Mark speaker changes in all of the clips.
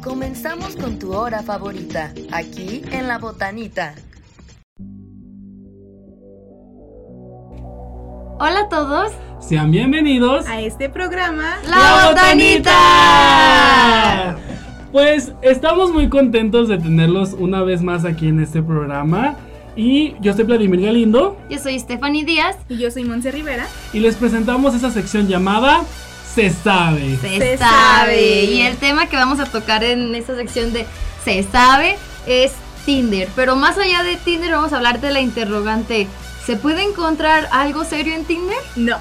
Speaker 1: Comenzamos con tu hora favorita, aquí en La Botanita.
Speaker 2: Hola a todos,
Speaker 3: Sean bienvenidos.
Speaker 4: a este programa.
Speaker 2: La Botanita.
Speaker 3: Pues estamos muy contentos de tenerlos una vez más aquí en este programa. Y yo soy Vladimir Galindo
Speaker 2: yo soy Stephanie Díaz.
Speaker 4: Y yo soy Monse Rivera.
Speaker 3: y les presentamos esa sección llamada Se sabe.
Speaker 2: Se, sabe.
Speaker 4: Se sabe.
Speaker 2: Y el tema que vamos a tocar en esta sección de Se sabe es Tinder. Pero más allá de Tinder vamos a hablar de la interrogante. ¿Se puede encontrar algo serio en Tinder?
Speaker 4: No.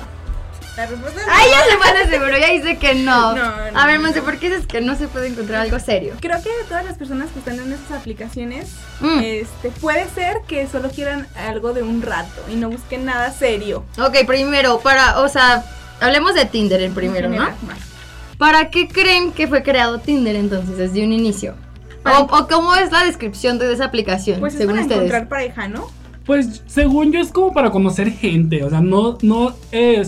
Speaker 4: La respuesta es no.
Speaker 2: Ay, ya se parece, pero ya dice que no.
Speaker 4: No, Ah. no,
Speaker 2: a ver,
Speaker 4: no.
Speaker 2: Monse, ¿por qué dices que no se puede encontrar algo serio?
Speaker 4: Creo que de todas las personas que están en estas aplicaciones,
Speaker 2: Mm.
Speaker 4: este, puede ser que solo quieran algo de un rato y no busquen nada serio.
Speaker 2: Ok, primero, para, o sea, hablemos de Tinder en primero,
Speaker 4: En
Speaker 2: ¿no?
Speaker 4: general, bueno.
Speaker 2: ¿Para qué creen que fue creado Tinder entonces desde un inicio?
Speaker 4: Para-
Speaker 2: ¿O, o cómo es la descripción de esa aplicación,
Speaker 4: Ah. Pues es
Speaker 2: según
Speaker 4: para
Speaker 2: ustedes?
Speaker 4: encontrar pareja, ¿no?
Speaker 3: Pues según yo es como para conocer gente, o sea, no, no eh,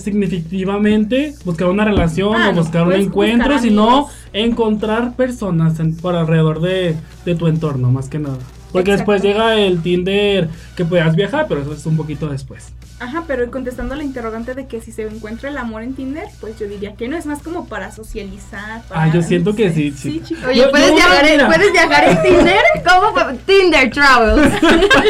Speaker 3: significativamente buscar una relación
Speaker 4: Ah,
Speaker 3: o
Speaker 4: no,
Speaker 3: buscar un
Speaker 4: puedes
Speaker 3: encuentro,
Speaker 4: buscar
Speaker 3: sino
Speaker 4: amigos.
Speaker 3: encontrar personas en- por alrededor de, de tu entorno, más que nada. Porque después
Speaker 4: Exacto.
Speaker 3: llega el Tinder que puedas viajar, pero eso es un poquito después.
Speaker 4: Ajá, pero contestando la interrogante de que si se encuentra el amor en Tinder, pues yo diría que no, es más como para socializar. para-
Speaker 3: Ah, yo siento
Speaker 4: no
Speaker 3: que
Speaker 4: sé.
Speaker 3: sí,
Speaker 4: Sí,
Speaker 3: chica.
Speaker 4: chica.
Speaker 2: Oye,
Speaker 3: Yo-
Speaker 2: ¿puedes,
Speaker 3: yo una-
Speaker 2: viajar en,
Speaker 3: mira.
Speaker 2: ¿puedes viajar en Tinder? ¿Cómo? fue? Tinder Travels,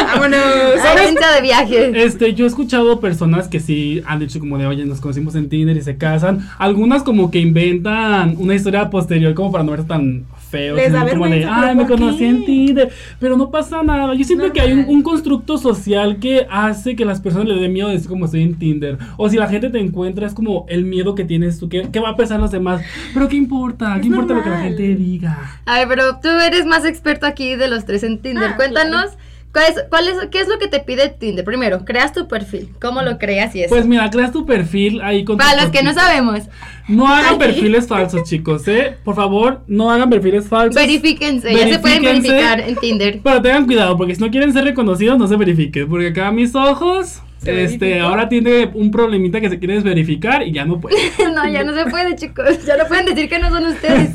Speaker 4: Vámonos.
Speaker 2: agencia de viajes.
Speaker 3: Este, yo he escuchado personas que sí han dicho como de, oye, nos conocimos en Tinder y se casan. Algunas como que inventan una historia posterior como para no verse tan feo.
Speaker 4: Les da
Speaker 3: sino como de,
Speaker 4: vergüenza, pero
Speaker 3: ay, me
Speaker 4: ¿por qué?
Speaker 3: conocí en Tinder. Pero no pasa nada. Yo siento que hay un,
Speaker 4: Normal.
Speaker 3: un constructo social que hace que las personas le den miedo decir como estoy en Tinder. O si la gente te encuentra es como el miedo que tienes tú, que, que va a pesar los demás. Pero ¿qué importa? ¿Qué
Speaker 4: Es
Speaker 3: importa lo que la
Speaker 4: normal.
Speaker 3: gente diga?
Speaker 2: A ver, pero tú eres más experto aquí de los tres en Tinder.
Speaker 4: Ah,
Speaker 2: Cuéntanos, ¿cuál es, cuál es, ¿qué es lo que te pide Tinder? Primero, creas tu perfil, ¿cómo lo creas y eso?
Speaker 3: Pues mira, creas tu perfil ahí con
Speaker 2: para
Speaker 3: tus
Speaker 2: los que no
Speaker 3: fotitos.
Speaker 2: sabemos,
Speaker 3: No hagan
Speaker 4: Ay.
Speaker 3: perfiles falsos, chicos, ¿eh? Por favor, no hagan perfiles falsos.
Speaker 2: verifíquense, ya se pueden
Speaker 3: verifíquense.
Speaker 2: verificar en Tinder.
Speaker 3: Pero tengan cuidado, porque si no quieren ser reconocidos, no se verifiquen. Porque acá mis ojos,
Speaker 4: Se
Speaker 3: este,
Speaker 4: verificó.
Speaker 3: ahora tiene un problemita que se quiere desverificar y ya no puede.
Speaker 2: No, ya no se puede, chicos. Ya no pueden decir que no son ustedes.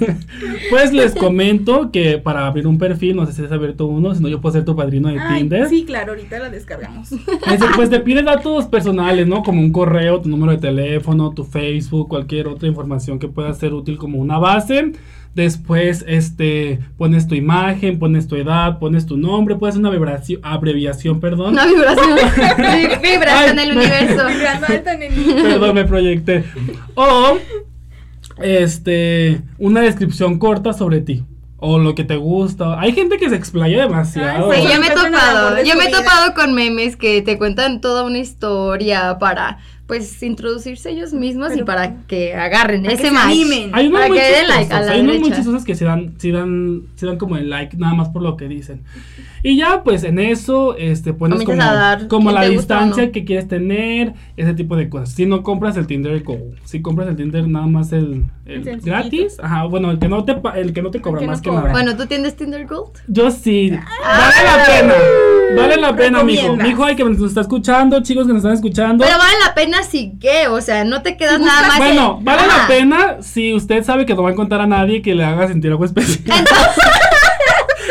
Speaker 3: Pues les comento que para abrir un perfil, no sé si has abierto uno, si no yo puedo ser tu padrino de
Speaker 4: Ay,
Speaker 3: Tinder.
Speaker 4: sí, claro, ahorita la descargamos.
Speaker 3: Ese, pues te pide datos personales, ¿no? Como un correo, tu número de teléfono, tu Facebook, cualquier otra información que pueda ser útil como una base. Después, este, pones tu imagen, pones tu edad, pones tu nombre, puedes hacer una vibración, abreviación, perdón.
Speaker 2: Una vibración. Vi- Vibras
Speaker 3: Ay,
Speaker 2: en el
Speaker 3: me-
Speaker 2: universo.
Speaker 4: Vibrando alto, nenita.
Speaker 3: Perdón, me proyecté. O, este, una descripción corta sobre ti. O lo que te gusta. Hay gente que se explaya demasiado.
Speaker 4: Ay,
Speaker 2: Sí,
Speaker 4: Bueno,
Speaker 2: yo me he
Speaker 4: encuentran el amor
Speaker 2: topado.
Speaker 4: de
Speaker 2: Yo
Speaker 4: su
Speaker 2: me he
Speaker 4: vida.
Speaker 2: topado con memes que te cuentan toda una historia para, pues, introducirse ellos mismos y
Speaker 4: Pero-
Speaker 2: para que agarren
Speaker 4: Para que
Speaker 2: ese
Speaker 4: se
Speaker 2: match.
Speaker 4: animen.
Speaker 3: Hay unos
Speaker 2: Para
Speaker 3: muy
Speaker 2: que den like a
Speaker 3: chistosos,
Speaker 2: la
Speaker 3: hay unos muy
Speaker 2: derecha.
Speaker 3: chistosos que se dan, se dan, se dan como el like nada más por lo que dicen. Y ya, pues en eso, este, pones como,
Speaker 2: Comienzas a dar
Speaker 3: como
Speaker 2: quién
Speaker 3: la
Speaker 2: te gusta o
Speaker 3: distancia
Speaker 2: no.
Speaker 3: que quieres tener, ese tipo de cosas. Si no compras el Tinder Go, si compras el Tinder nada más el, el
Speaker 4: El sencillito.
Speaker 3: gratis, ajá, bueno, el que no te, pa- el que no te cobra
Speaker 4: que no
Speaker 3: más que
Speaker 4: cobra.
Speaker 3: nada.
Speaker 2: Bueno, Ah. ¿tú tienes Tinder Gold?
Speaker 3: Yo sí. Vale la pena. Vale la pena, mijo.
Speaker 4: Recomiendas.
Speaker 3: Mijo, hay que nos está escuchando, chicos que nos están escuchando.
Speaker 2: Pero vale la pena si qué, o sea, no te quedas nada Ah, más.
Speaker 3: Bueno,
Speaker 2: en-
Speaker 3: vale
Speaker 2: Ajá.
Speaker 3: la pena si usted sabe que no va a encontrar a nadie que le haga sentir algo especial.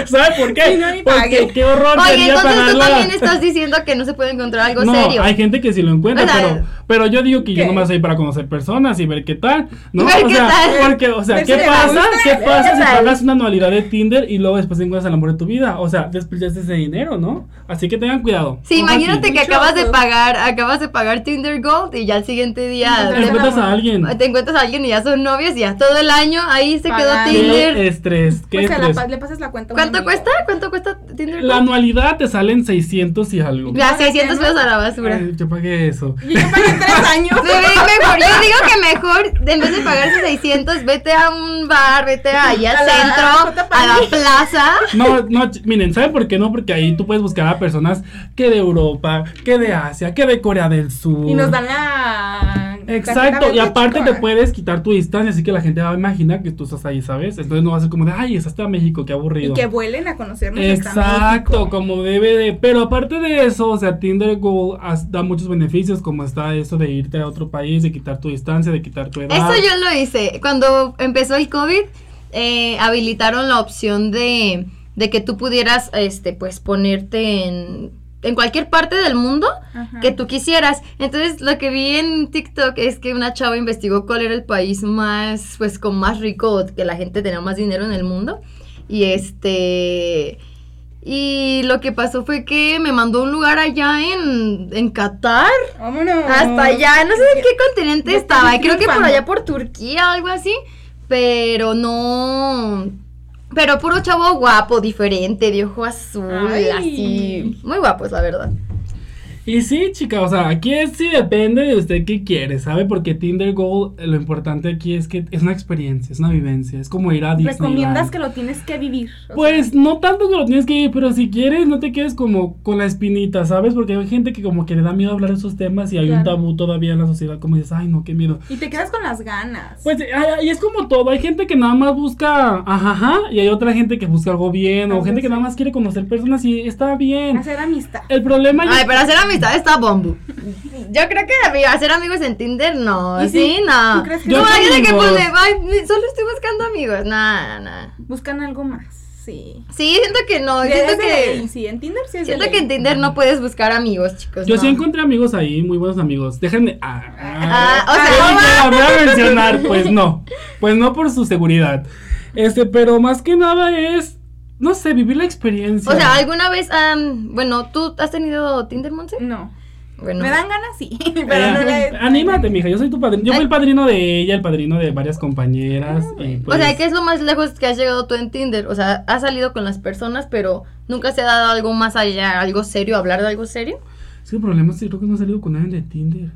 Speaker 3: ¿Sabe por qué?
Speaker 4: Si no, ni
Speaker 3: Porque
Speaker 4: pague.
Speaker 3: qué horror
Speaker 2: Oye,
Speaker 3: sería
Speaker 2: entonces tú
Speaker 3: pagarla.
Speaker 2: también estás diciendo que no se puede encontrar algo
Speaker 3: no,
Speaker 2: serio.
Speaker 3: hay gente que sí lo encuentra,
Speaker 2: O sea,
Speaker 3: pero, pero yo digo que yo
Speaker 4: ¿qué?
Speaker 3: nomás soy para conocer personas y ver qué tal, ¿no?
Speaker 2: Ver
Speaker 3: o
Speaker 2: qué
Speaker 3: sea,
Speaker 2: tal.
Speaker 3: porque, o sea,
Speaker 4: Ver
Speaker 3: ¿qué
Speaker 4: si te
Speaker 3: pasa?
Speaker 4: gusta,
Speaker 3: ¿Qué
Speaker 4: ver
Speaker 3: pasa
Speaker 2: qué
Speaker 3: si
Speaker 2: tal.
Speaker 3: pagas una anualidad de Tinder y luego después encuentras el amor de tu vida? O sea, desperdiciaste ese dinero, ¿no? Así que tengan cuidado.
Speaker 2: Sí,
Speaker 3: Ojo aquí.
Speaker 2: imagínate que
Speaker 4: Mucho
Speaker 2: acabas de
Speaker 4: ojo.
Speaker 2: pagar, acabas de pagar Tinder Gold y ya al siguiente día
Speaker 4: Encuentras
Speaker 2: te,
Speaker 3: Encuentras a alguien.
Speaker 2: te encuentras a alguien y ya son novios y ya todo el año ahí se quedó
Speaker 4: Pagando. eh,
Speaker 2: Tinder.
Speaker 3: Qué estrés, qué
Speaker 4: Pues a la
Speaker 3: estrés.
Speaker 4: pa- le pasas la cuenta. a un
Speaker 2: ¿Cuánto
Speaker 4: amigo.
Speaker 2: cuesta? ¿Cuánto cuesta Tinder
Speaker 3: La
Speaker 2: Gold?
Speaker 3: anualidad te salen 600 y algo.
Speaker 2: Ya, 600 pesos a la basura.
Speaker 3: Ay, yo pagué eso.
Speaker 4: Y yo pagué tres años.
Speaker 2: Sí, mejor, yo digo que mejor, de- en vez de pagarse 600, vete a un bar, vete allá
Speaker 4: A
Speaker 2: al
Speaker 4: la-
Speaker 2: centro, a la plaza.
Speaker 3: No, no, ch- miren, ¿saben por qué no? Porque ahí tú puedes buscar a personas que de Europa, que de Asia, que de Corea del Sur.
Speaker 4: Y nos dan la.
Speaker 3: Exacto, y aparte te
Speaker 4: puede
Speaker 3: puedes quitar tu distancia, así que la gente va a imaginar que tú estás ahí, ¿sabes? Entonces no va a ser como de, ay, es hasta México, qué aburrido.
Speaker 4: Y que vuelen a conocernos. hasta
Speaker 3: Exacto,
Speaker 4: México.
Speaker 3: como debe de. Pero aparte de eso, o sea, Tinder Gold has- da muchos beneficios, como está eso de irte a otro país, de quitar tu distancia, de quitar tu edad.
Speaker 2: Eso yo lo hice. Cuando empezó el COVID, eh, habilitaron la opción de, de que tú pudieras, este, pues, ponerte en, en cualquier parte del mundo
Speaker 4: Ajá.
Speaker 2: que tú quisieras. Entonces, lo que vi en TikTok es que una chava investigó cuál era el país más, pues, con más rico, o que la gente tenía más dinero en el mundo. Y este. Y lo que pasó fue que me mandó a un lugar allá en, en Qatar.
Speaker 4: Vámonos.
Speaker 2: Hasta allá, no sé en qué continente
Speaker 4: ya
Speaker 2: estaba,
Speaker 4: estoy
Speaker 2: creo que por
Speaker 4: triunfando.
Speaker 2: allá por Turquía o algo así, pero no, pero puro chavo guapo, diferente, de ojo azul,
Speaker 4: Ay.
Speaker 2: así, muy guapos la verdad.
Speaker 3: Y sí, chica, o sea, aquí es- sí depende de usted qué quiere, ¿sabe? Porque Tinder Gold, eh, lo importante aquí es que es una experiencia, es una vivencia, es como ir a Disneyland.
Speaker 4: Recomiendas que lo tienes que vivir. o sea,
Speaker 3: Pues no tanto que lo tienes que ir, pero si quieres, no te quedes como con la espinita, ¿sabes? Porque hay gente que como que le da miedo hablar de esos temas y hay un
Speaker 4: Claro.
Speaker 3: tabú todavía en la sociedad, como dices, ay, no, qué miedo.
Speaker 4: y te quedas con las ganas.
Speaker 3: Pues eh, ay, y es como todo, hay gente que nada más busca ajá, ajá, y hay otra gente que busca algo bien, o
Speaker 4: Algo
Speaker 3: gente que
Speaker 4: así.
Speaker 3: nada más quiere conocer personas y está bien.
Speaker 4: hacer amistad.
Speaker 3: El problema yo-
Speaker 2: Ay, pero hacer amistad está bombo. Yo creo que ami- hacer amigos en Tinder no,
Speaker 4: ¿Y
Speaker 2: sí,
Speaker 4: sí?
Speaker 2: no.
Speaker 4: ¿Tú crees que
Speaker 2: Yo
Speaker 3: no?
Speaker 2: imagínate que
Speaker 3: Yo
Speaker 2: pues,
Speaker 3: no.
Speaker 2: de, "Ay, ni- solo estoy buscando amigos, nada, nada.
Speaker 4: Buscan algo más. Sí.
Speaker 2: Sí, siento que no,
Speaker 4: Sí,
Speaker 2: siento
Speaker 4: es de ley,
Speaker 2: que,
Speaker 4: sí, en Tinder sí es de
Speaker 2: siento
Speaker 4: ley.
Speaker 2: que en Tinder no puedes buscar amigos, chicos.
Speaker 3: Yo sí
Speaker 2: Pues no.
Speaker 3: encontré amigos ahí, muy buenos amigos. Déjenme. Ah,
Speaker 2: Ah, o sea,
Speaker 3: yo
Speaker 2: no
Speaker 3: ni la voy a mencionar, pues no. Pues no por su seguridad. Este, pero más que nada es, no sé, vivir la experiencia.
Speaker 2: O sea, ¿alguna vez, am, bueno, tú has tenido Tinder, Monse?
Speaker 4: No.
Speaker 2: Bueno.
Speaker 4: Me dan ganas, sí. Pero
Speaker 3: Eh,
Speaker 4: no le.
Speaker 3: Anímate, mija. Yo soy tu padrino. Yo fui
Speaker 2: Ay.
Speaker 3: el padrino de ella, el padrino de varias compañeras. y,
Speaker 2: o sea,
Speaker 3: pues,
Speaker 2: ¿qué es lo más lejos que has llegado tú en Tinder? O sea, has salido con las personas, pero nunca se ha dado algo más allá, algo serio, hablar de algo serio.
Speaker 3: Es que el problema es que creo que no he salido con nadie de Tinder.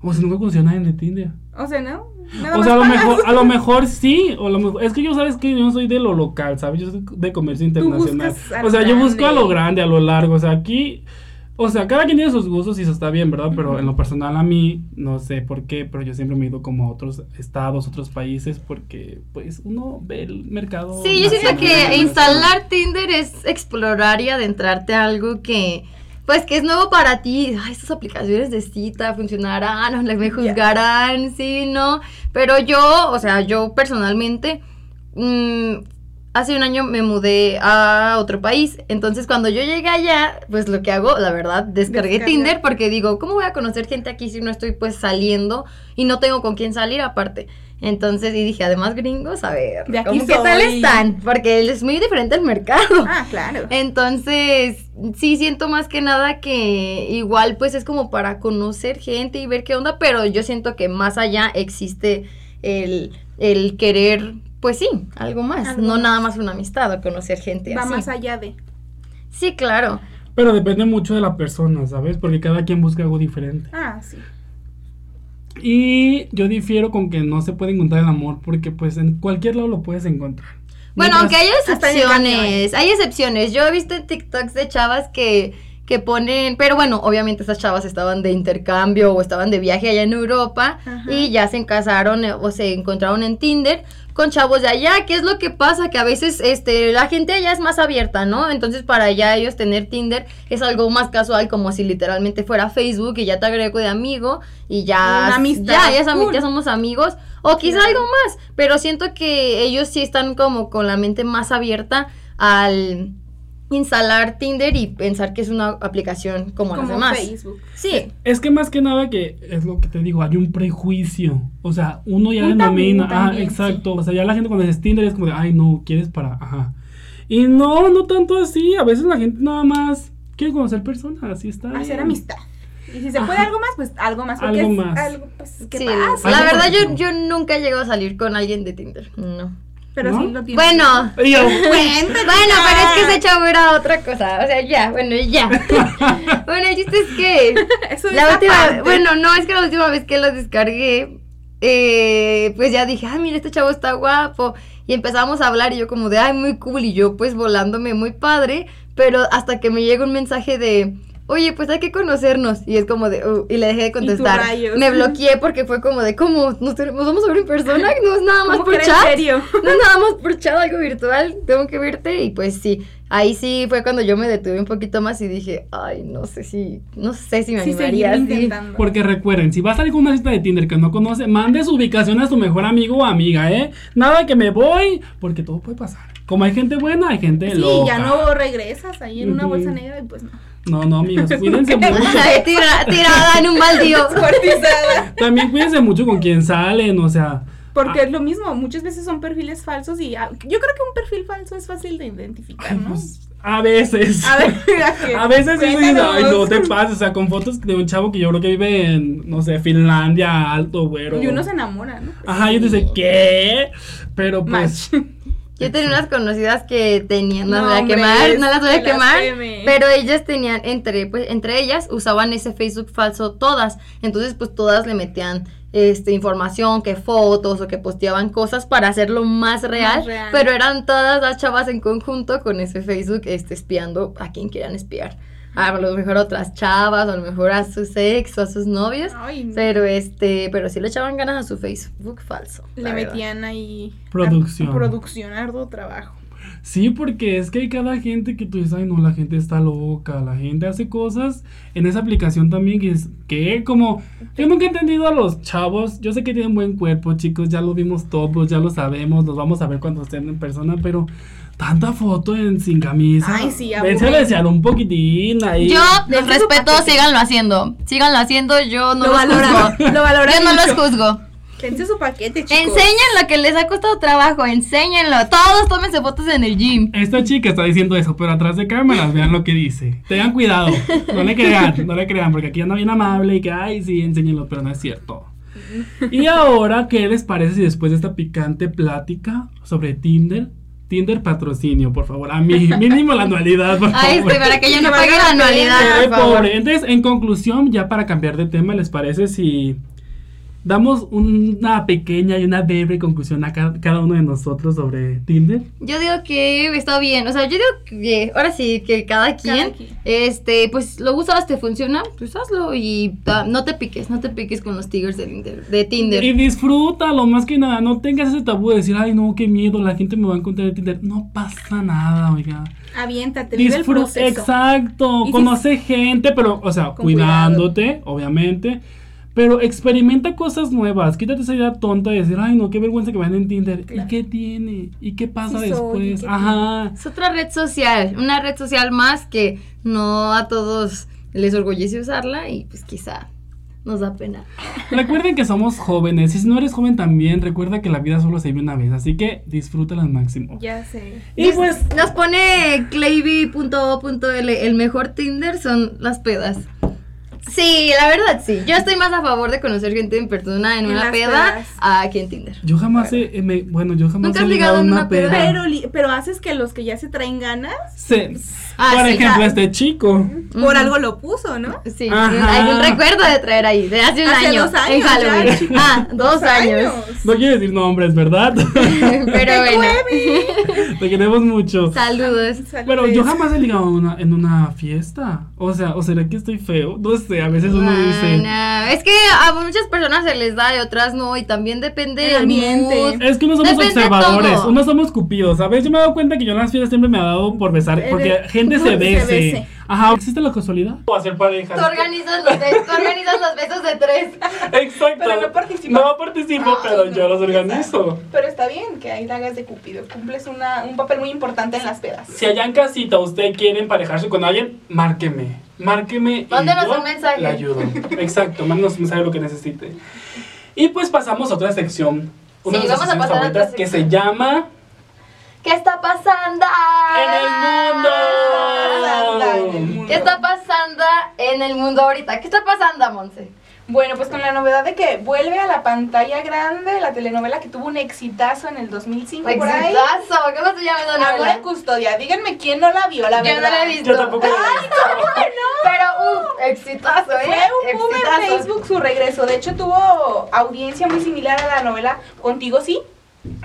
Speaker 3: O sea, nunca conocí a nadie de Tinder.
Speaker 4: O sea, ¿no? Nada
Speaker 3: O sea, a lo
Speaker 4: más pagas.
Speaker 3: mejor, a lo mejor sí, o a lo mejor, es que yo sabes que yo no soy de lo local, ¿sabes? Yo soy de comercio internacional.
Speaker 4: buscas a lo
Speaker 3: O sea, yo busco a lo grande,
Speaker 4: grande.
Speaker 3: a lo largo, o sea, aquí o sea, cada quien tiene sus gustos y eso está bien, ¿verdad? Pero en lo personal a mí, no sé por qué, pero yo siempre me he ido como a otros estados, otros países, porque pues uno ve el mercado.
Speaker 2: Sí, yo siento
Speaker 3: nacional,
Speaker 2: que
Speaker 3: internacional.
Speaker 2: instalar Tinder es explorar y adentrarte a algo que, pues, que es nuevo para ti. Ay, estas aplicaciones de cita funcionarán, o las me juzgarán, sí, no. Pero yo, o sea, yo personalmente, mm, hace un año me mudé a otro país. Entonces, cuando yo llegué allá, pues lo que hago, la verdad, descargué
Speaker 4: Descarga.
Speaker 2: Tinder porque digo, ¿cómo voy a conocer gente aquí si no estoy pues saliendo y no tengo con quién salir aparte? Entonces, y dije, además gringos, a ver,
Speaker 4: De aquí
Speaker 2: ¿cómo qué
Speaker 4: soy.
Speaker 2: tal están? Porque es muy diferente el mercado.
Speaker 4: Ah, claro.
Speaker 2: Entonces, sí siento más que nada que igual pues es como para conocer gente y ver qué onda, pero yo siento que más allá existe el, el querer, pues sí, algo más,
Speaker 4: Algo
Speaker 2: no
Speaker 4: más.
Speaker 2: nada más una amistad o conocer gente
Speaker 4: Va
Speaker 2: así.
Speaker 4: más allá de.
Speaker 2: Sí, claro.
Speaker 3: Pero depende mucho de la persona, ¿sabes? Porque cada quien busca algo diferente.
Speaker 4: Ah, sí.
Speaker 3: Y yo difiero con que no se puede encontrar el amor, porque pues en cualquier lado lo puedes encontrar.
Speaker 2: Bueno, aunque hay
Speaker 4: hasta en el camión.
Speaker 2: excepciones, hay excepciones. Yo he visto en TikToks de chavas que, que ponen, pero bueno, obviamente esas chavas estaban de intercambio o estaban de viaje allá en Europa
Speaker 4: Ajá.
Speaker 2: y ya se casaron eh, o se encontraron en Tinder con chavos de allá. ¿Qué es lo que pasa? Que a veces este, la gente allá es más abierta, ¿no? Entonces para allá ellos tener Tinder es algo más casual, como si literalmente fuera Facebook y ya te agrego de amigo y ya...
Speaker 4: Una amistad,
Speaker 2: Ya, ya, sami-
Speaker 4: cool.
Speaker 2: ya somos amigos. O quizá
Speaker 4: Claro.
Speaker 2: algo más, pero siento que ellos sí están como con la mente más abierta al instalar Tinder y pensar que es una aplicación como, las
Speaker 4: Como
Speaker 2: demás.
Speaker 4: Facebook.
Speaker 2: Sí.
Speaker 3: Es que más que nada que es lo que te digo, hay un prejuicio. O sea, uno ya
Speaker 4: Un tabú
Speaker 3: denomina, ah,
Speaker 4: también,
Speaker 3: exacto. O sea, ya la gente cuando dices Tinder es como de, ay, no, quieres para, ajá. Y no, no tanto así. A veces la gente nada más quiere conocer personas, así está.
Speaker 2: Mm.
Speaker 4: Hacer
Speaker 3: bien.
Speaker 4: amistad. Y si se puede
Speaker 3: Ajá.
Speaker 4: algo más, pues algo más. Porque
Speaker 3: Algo
Speaker 4: es
Speaker 3: más.
Speaker 4: algo pues, que
Speaker 2: sí.
Speaker 4: pasa.
Speaker 2: La
Speaker 3: Algo
Speaker 2: verdad yo,
Speaker 3: positivo.
Speaker 2: yo nunca he llegado a salir con alguien de Tinder. No.
Speaker 4: Pero
Speaker 3: ¿No?
Speaker 4: sí lo tienes.
Speaker 2: Bueno.
Speaker 3: Y yo,
Speaker 2: Bueno, pero es que ese chavo era otra cosa. O sea, ya, bueno, ya. bueno, el chiste es que
Speaker 4: Eso es
Speaker 2: La última,
Speaker 4: aparte.
Speaker 2: bueno, no, es que la última vez que lo descargué, eh, pues ya dije, ah, mira, este chavo está guapo. Y empezamos a hablar y yo como de, ay, muy cool. Y yo pues volándome muy padre. Pero hasta que me llega un mensaje de, oye, pues hay que conocernos. Y es como de, "Uh", y le dejé de
Speaker 4: tú,
Speaker 2: contestar.
Speaker 4: rayos.
Speaker 2: Me bloqueé porque fue como de, ¿cómo? ¿Nos, tenemos- vamos a ver en persona? ¿No es nada más
Speaker 4: ¿Cómo
Speaker 2: por
Speaker 4: que era en
Speaker 2: chat?
Speaker 4: serio?
Speaker 2: No es nada más por chat, algo virtual. Tengo que verte. Y pues sí, ahí sí fue cuando yo me detuve un poquito más y dije, ay, no sé si, no sé si me
Speaker 4: Sí, seguir
Speaker 2: animaría. sí".
Speaker 4: intentando.
Speaker 3: Porque recuerden, si va a salir con una cita de Tinder que no conoce, mande su ubicación a su mejor amigo o amiga, ¿eh? Nada que me voy, porque todo puede pasar. Como hay gente buena, hay gente
Speaker 4: Sí,
Speaker 3: loca.
Speaker 4: ya no regresas ahí en una bolsa
Speaker 3: Ujú.
Speaker 4: negra y pues no.
Speaker 3: No, no, amigos, cuídense mucho.
Speaker 2: Ay, tira- tirada en un baldío.
Speaker 4: Descuartizada.
Speaker 3: También cuídense mucho con quien salen, o sea,
Speaker 4: Porque
Speaker 2: Ah.
Speaker 4: es lo mismo, muchas veces son perfiles falsos y ah, yo creo que un perfil falso es fácil de identificar,
Speaker 3: ay,
Speaker 4: ¿no?
Speaker 3: pues, a veces.
Speaker 4: A ver, ¿a qué?
Speaker 3: A veces sí se dice, ay, no
Speaker 4: Cuéntanos.
Speaker 3: te pases, o sea, con fotos de un chavo que yo creo que vive en, no sé, Finlandia, alto, güero.
Speaker 4: Y uno se enamora, ¿no?
Speaker 3: Ajá, y uno dice, ¿qué? Pero pues,
Speaker 4: Match.
Speaker 2: Yo tenía unas conocidas que tenían, no,
Speaker 4: No,
Speaker 2: las voy a
Speaker 4: hombre,
Speaker 2: quemar, no las voy a
Speaker 4: te las
Speaker 2: quemar,
Speaker 4: queme.
Speaker 2: pero ellas tenían, entre, pues, entre ellas usaban ese Facebook falso todas, entonces pues todas le metían este, información, que fotos o que posteaban cosas para hacerlo más real,
Speaker 4: real.
Speaker 2: pero eran todas las chavas en conjunto con ese Facebook este, espiando a quien querían espiar, a lo mejor a otras chavas, o a lo mejor a sus ex o a sus novios,
Speaker 4: Ay, no.
Speaker 2: pero este, pero sí le echaban ganas a su Facebook falso.
Speaker 4: Le
Speaker 2: la verdad.
Speaker 4: metían ahí
Speaker 3: Producción.
Speaker 4: ar- producción, arduo trabajo.
Speaker 3: sí, porque es que hay cada gente que tú dices, ay, no, la gente está loca, la gente hace cosas en esa aplicación también que es, que como, yo nunca he entendido a los chavos, yo sé que tienen buen cuerpo, chicos, ya lo vimos todos, ya lo sabemos, los vamos a ver cuando estén en persona, pero... Tanta foto en sin camisa.
Speaker 4: Ay, sí,
Speaker 3: Vense a
Speaker 4: aburre.
Speaker 3: desear un poquitín ahí.
Speaker 2: Yo
Speaker 4: No
Speaker 2: les
Speaker 4: sé su
Speaker 2: respeto,
Speaker 4: paquete.
Speaker 2: síganlo haciendo. Síganlo haciendo, yo no
Speaker 4: Lo
Speaker 2: los
Speaker 4: valoran,
Speaker 2: juzgo.
Speaker 4: lo valoran
Speaker 2: Yo no
Speaker 4: mucho.
Speaker 2: los juzgo.
Speaker 4: Dense su paquete, chicos.
Speaker 2: Enseñen lo que les ha costado trabajo, enséñenlo. Todos tómense fotos en el gym.
Speaker 3: Esta chica está diciendo eso, pero atrás de cámaras vean lo que dice. Tengan cuidado, no le crean, no le crean, porque aquí anda bien amable y que, ay, sí, enséñenlo, pero no es cierto. Y ahora, ¿qué les parece si después de esta picante plática sobre Tinder, Tinder patrocinio, por favor, a mí, mínimo la anualidad, por favor.
Speaker 2: Ay, este, para que yo no
Speaker 4: Que
Speaker 2: pague la
Speaker 4: valga la pena.
Speaker 2: anualidad,
Speaker 3: Ay,
Speaker 2: por favor.
Speaker 3: pobre. Entonces, en conclusión, ya para cambiar de tema, ¿les parece si damos una pequeña y una breve conclusión a ca- cada uno de nosotros sobre Tinder?
Speaker 2: Yo digo que está bien, o sea, yo digo que ahora sí que cada quien,
Speaker 4: quien.
Speaker 2: este, pues lo usas, te funciona, pues hazlo y ah, no te piques, no te piques con los tigres del Tinder- de Tinder.
Speaker 3: Y disfrútalo, más que nada. No tengas ese tabú de decir, ay, no, qué miedo, la gente me va a encontrar en Tinder. No pasa nada, oiga.
Speaker 4: Aviéntate, vive el
Speaker 3: Disfruta,
Speaker 4: proceso.
Speaker 3: exacto.
Speaker 4: Y si-
Speaker 3: Conoce gente, pero, o sea,
Speaker 4: Con cuidado.
Speaker 3: cuidándote, obviamente. Pero experimenta cosas nuevas. Quítate esa idea tonta de decir, ay, no, qué vergüenza que me en Tinder.
Speaker 4: Claro.
Speaker 3: ¿Y qué tiene? ¿Y qué pasa
Speaker 4: Sí soy, ¿y
Speaker 3: después?
Speaker 4: qué
Speaker 3: Ajá.
Speaker 2: Es otra red social, una red social más que no a todos les orgullece usarla y pues quizá nos da pena.
Speaker 3: Recuerden que somos jóvenes. Y si no eres joven también, recuerda que la vida solo se vive una vez. Así que disfrútala al máximo.
Speaker 4: Ya sé.
Speaker 3: Y pues,
Speaker 2: Nos pone clayby.o.l, el mejor Tinder son las pedas. Sí, la verdad sí. Yo estoy más a favor de conocer gente en persona en,
Speaker 4: En
Speaker 2: una
Speaker 4: las
Speaker 2: peda
Speaker 4: pedas.
Speaker 2: a que en Tinder.
Speaker 3: Yo jamás he, he- me- bueno, yo jamás
Speaker 2: ¿Nunca
Speaker 3: he
Speaker 2: has
Speaker 3: ligado en una peda.
Speaker 4: Pero, li- pero haces que los que ya se traen ganas,
Speaker 3: Se-
Speaker 2: Ah,
Speaker 3: por
Speaker 2: sí,
Speaker 3: ejemplo,
Speaker 2: ah.
Speaker 3: este chico.
Speaker 4: por
Speaker 2: Ujú.
Speaker 4: algo lo puso, ¿no?
Speaker 2: Sí,
Speaker 3: Ajá.
Speaker 2: algún recuerdo de traer ahí, de hace un
Speaker 4: Hace
Speaker 2: año.
Speaker 4: dos años
Speaker 2: en
Speaker 4: ya,
Speaker 2: Halloween.
Speaker 4: chicos.
Speaker 2: ah, dos, años.
Speaker 3: No quiero decir nombres, ¿verdad?
Speaker 2: Pero bueno,
Speaker 3: Te queremos mucho.
Speaker 2: saludos.
Speaker 3: Pero yo jamás he ligado en una, en una fiesta. O sea, ¿o será que estoy feo? No sé, a veces uno dice.
Speaker 2: Bueno, Es que a muchas personas se les da y otras no, y también depende
Speaker 4: El
Speaker 2: del
Speaker 4: ambiente.
Speaker 2: mood.
Speaker 3: Es que uno somos
Speaker 2: Depende de
Speaker 3: observadores,
Speaker 2: todo.
Speaker 3: uno somos cupidos, ¿sabes? Yo me he dado cuenta que yo en las fiestas siempre me ha dado por besar,
Speaker 4: Eh,
Speaker 3: porque
Speaker 4: de-
Speaker 3: gente se
Speaker 4: se
Speaker 3: bese.
Speaker 4: bese.
Speaker 3: Ajá, ¿existe la casualidad? O hacer pareja.
Speaker 2: Tú organizas los, be- tú organizas los besos de tres.
Speaker 3: Exacto.
Speaker 4: Pero no participo.
Speaker 3: No participo, pero yo los organizo.
Speaker 4: Pero está bien que ahí la hagas de Cupido. Cumples una, un papel muy importante en las pedas.
Speaker 3: Si allá en casita usted quiere emparejarse con alguien, márqueme. Márqueme. y
Speaker 2: Mándenos
Speaker 3: yo
Speaker 2: un mensaje.
Speaker 3: Le ayudo. Exacto, mándenos un mensaje lo que necesite. Y pues pasamos a otra sección. Una
Speaker 2: Sí,
Speaker 3: de nuestras
Speaker 2: vamos a
Speaker 3: secciones
Speaker 2: pasar a otra
Speaker 3: favoritas que se
Speaker 2: sección.
Speaker 3: llama
Speaker 2: ¿Qué está pasando?
Speaker 3: En el
Speaker 4: En el
Speaker 3: mundo.
Speaker 4: mundo.
Speaker 2: ¿Qué está pasando en el mundo ahorita? ¿Qué está pasando, Monse?
Speaker 4: Bueno, pues con la novedad de que vuelve a la pantalla grande la telenovela que tuvo un exitazo en el 2005 por ahí.
Speaker 2: Exitazo, ¿cómo se llama la
Speaker 4: Amor en
Speaker 2: novela?
Speaker 4: custodia. Díganme quién no la vio, la
Speaker 2: Yo no
Speaker 4: verdad.
Speaker 2: la he visto.
Speaker 3: Yo tampoco la he visto.
Speaker 2: Pero, uff, exitazo, ¿eh?
Speaker 4: Fue un boom en
Speaker 2: Exitazo.
Speaker 4: Facebook su regreso. De hecho, tuvo audiencia muy similar a la novela Contigo sí.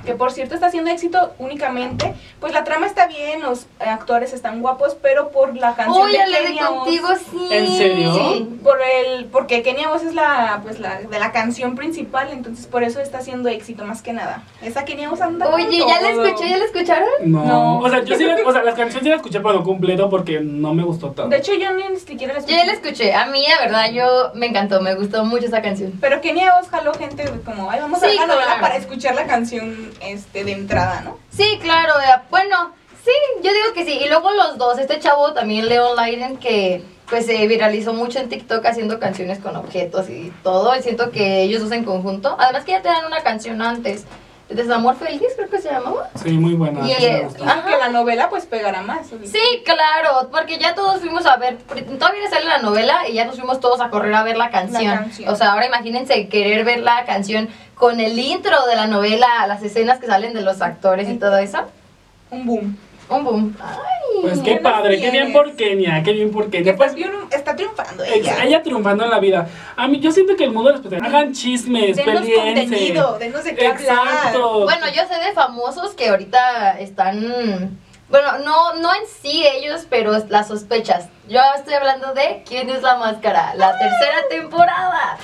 Speaker 4: que por cierto está haciendo éxito únicamente, pues la trama está bien, los eh, actores están guapos, pero por la canción
Speaker 2: Uy, el
Speaker 4: de
Speaker 2: de
Speaker 4: Kenia Os-
Speaker 2: contigo sí.
Speaker 3: ¿En serio?
Speaker 2: Sí.
Speaker 4: por el porque Kenia Voz es la pues la de la canción principal, entonces por eso está haciendo éxito más que nada. Esa Kenia Voz anda con
Speaker 2: Oye, ya la
Speaker 4: todo.
Speaker 2: escuché, ya la escucharon.
Speaker 3: No.
Speaker 4: No.
Speaker 3: O sea, yo sí la, o sea, las canciones sí las escuché pero no completo porque no me gustó tanto.
Speaker 4: De hecho yo ni siquiera la
Speaker 2: Yo
Speaker 4: escuché.
Speaker 2: ya la escuché. A mí, la verdad, yo me encantó, me gustó mucho esa canción.
Speaker 4: Pero Kenia Voz jaló gente como, ay, vamos a
Speaker 2: Sí,
Speaker 4: ver la novela
Speaker 2: claro.
Speaker 4: para escuchar la canción este de entrada, ¿no?
Speaker 2: Sí, claro, eh, bueno, sí, yo digo que sí. Y luego los dos, este chavo también, Leon Leiden, que pues se viralizó mucho en TikTok haciendo canciones con objetos y todo. Y siento que ellos dos en conjunto. Además que ya tenían una canción antes. Desamor Feliz, creo que se llamaba.
Speaker 3: Sí, muy buena.
Speaker 2: Y
Speaker 3: sí me
Speaker 2: es-
Speaker 3: gustó.
Speaker 4: Y
Speaker 2: Ajá.
Speaker 4: que la novela pues pegará más. o sea.
Speaker 2: Sí, claro, porque ya todos fuimos a ver, todavía sale la novela y ya nos fuimos todos a correr a ver la canción.
Speaker 4: La canción.
Speaker 2: O sea, ahora imagínense querer ver la canción con el intro de la novela, las escenas que salen de los actores y todo eso.
Speaker 4: Un boom.
Speaker 2: Un boom. Ay.
Speaker 3: Pues qué
Speaker 4: Buenos
Speaker 3: padre, qué bien
Speaker 4: días.
Speaker 3: por Kenia, qué bien por
Speaker 4: Que
Speaker 3: Kenia.
Speaker 4: está,
Speaker 3: Pues,
Speaker 4: triun- está triunfando
Speaker 2: Pues,
Speaker 3: ex-
Speaker 4: ella.
Speaker 3: ella triunfando en la vida. A mí, yo siento que el mundo de los espectáculos hagan chismes,
Speaker 4: Denos
Speaker 3: peleense.
Speaker 4: contenido, denos de qué hablar.
Speaker 3: Exacto.
Speaker 2: Bueno, yo sé de famosos que ahorita están. Bueno, no, no en sí ellos, pero las sospechas. Yo estoy hablando de ¿Quién es la máscara? La tercera temporada.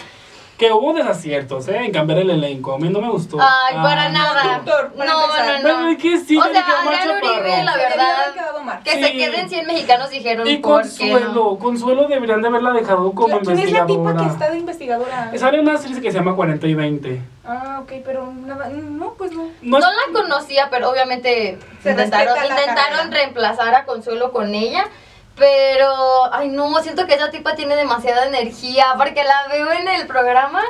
Speaker 3: Que hubo desaciertos, ¿eh? En cambiar el elenco. A mí no me gustó.
Speaker 2: Ay, para
Speaker 3: Ah.
Speaker 2: nada.
Speaker 4: Doctor, para
Speaker 2: no,
Speaker 4: empezar.
Speaker 2: no, no.
Speaker 3: Pero es que sí,
Speaker 2: o
Speaker 3: ya
Speaker 2: sea,
Speaker 3: le quedó mal
Speaker 2: Adrián Uribe,
Speaker 3: chaparro.
Speaker 2: la
Speaker 4: Se debió haber
Speaker 2: verdad.
Speaker 4: quedado mal.
Speaker 2: Que
Speaker 3: Sí.
Speaker 2: se queden 100 mexicanos dijeron
Speaker 3: Y
Speaker 2: por qué
Speaker 3: Consuelo,
Speaker 2: no.
Speaker 3: Consuelo deberían de haberla dejado como
Speaker 4: ¿Quién es la tipa que está
Speaker 3: investigadora.
Speaker 4: de investigadora?
Speaker 3: Sale una serie que se llama 40 y 20.
Speaker 4: Ah, ok, pero nada, no, pues no.
Speaker 2: No
Speaker 3: No es-
Speaker 2: la conocía, pero obviamente
Speaker 4: Se
Speaker 2: intentaron,
Speaker 4: respeta la
Speaker 2: intentaron
Speaker 4: carrera.
Speaker 2: reemplazar a Consuelo con ella. Pero, ay no, siento que esa tipa tiene demasiada energía porque la veo en el programa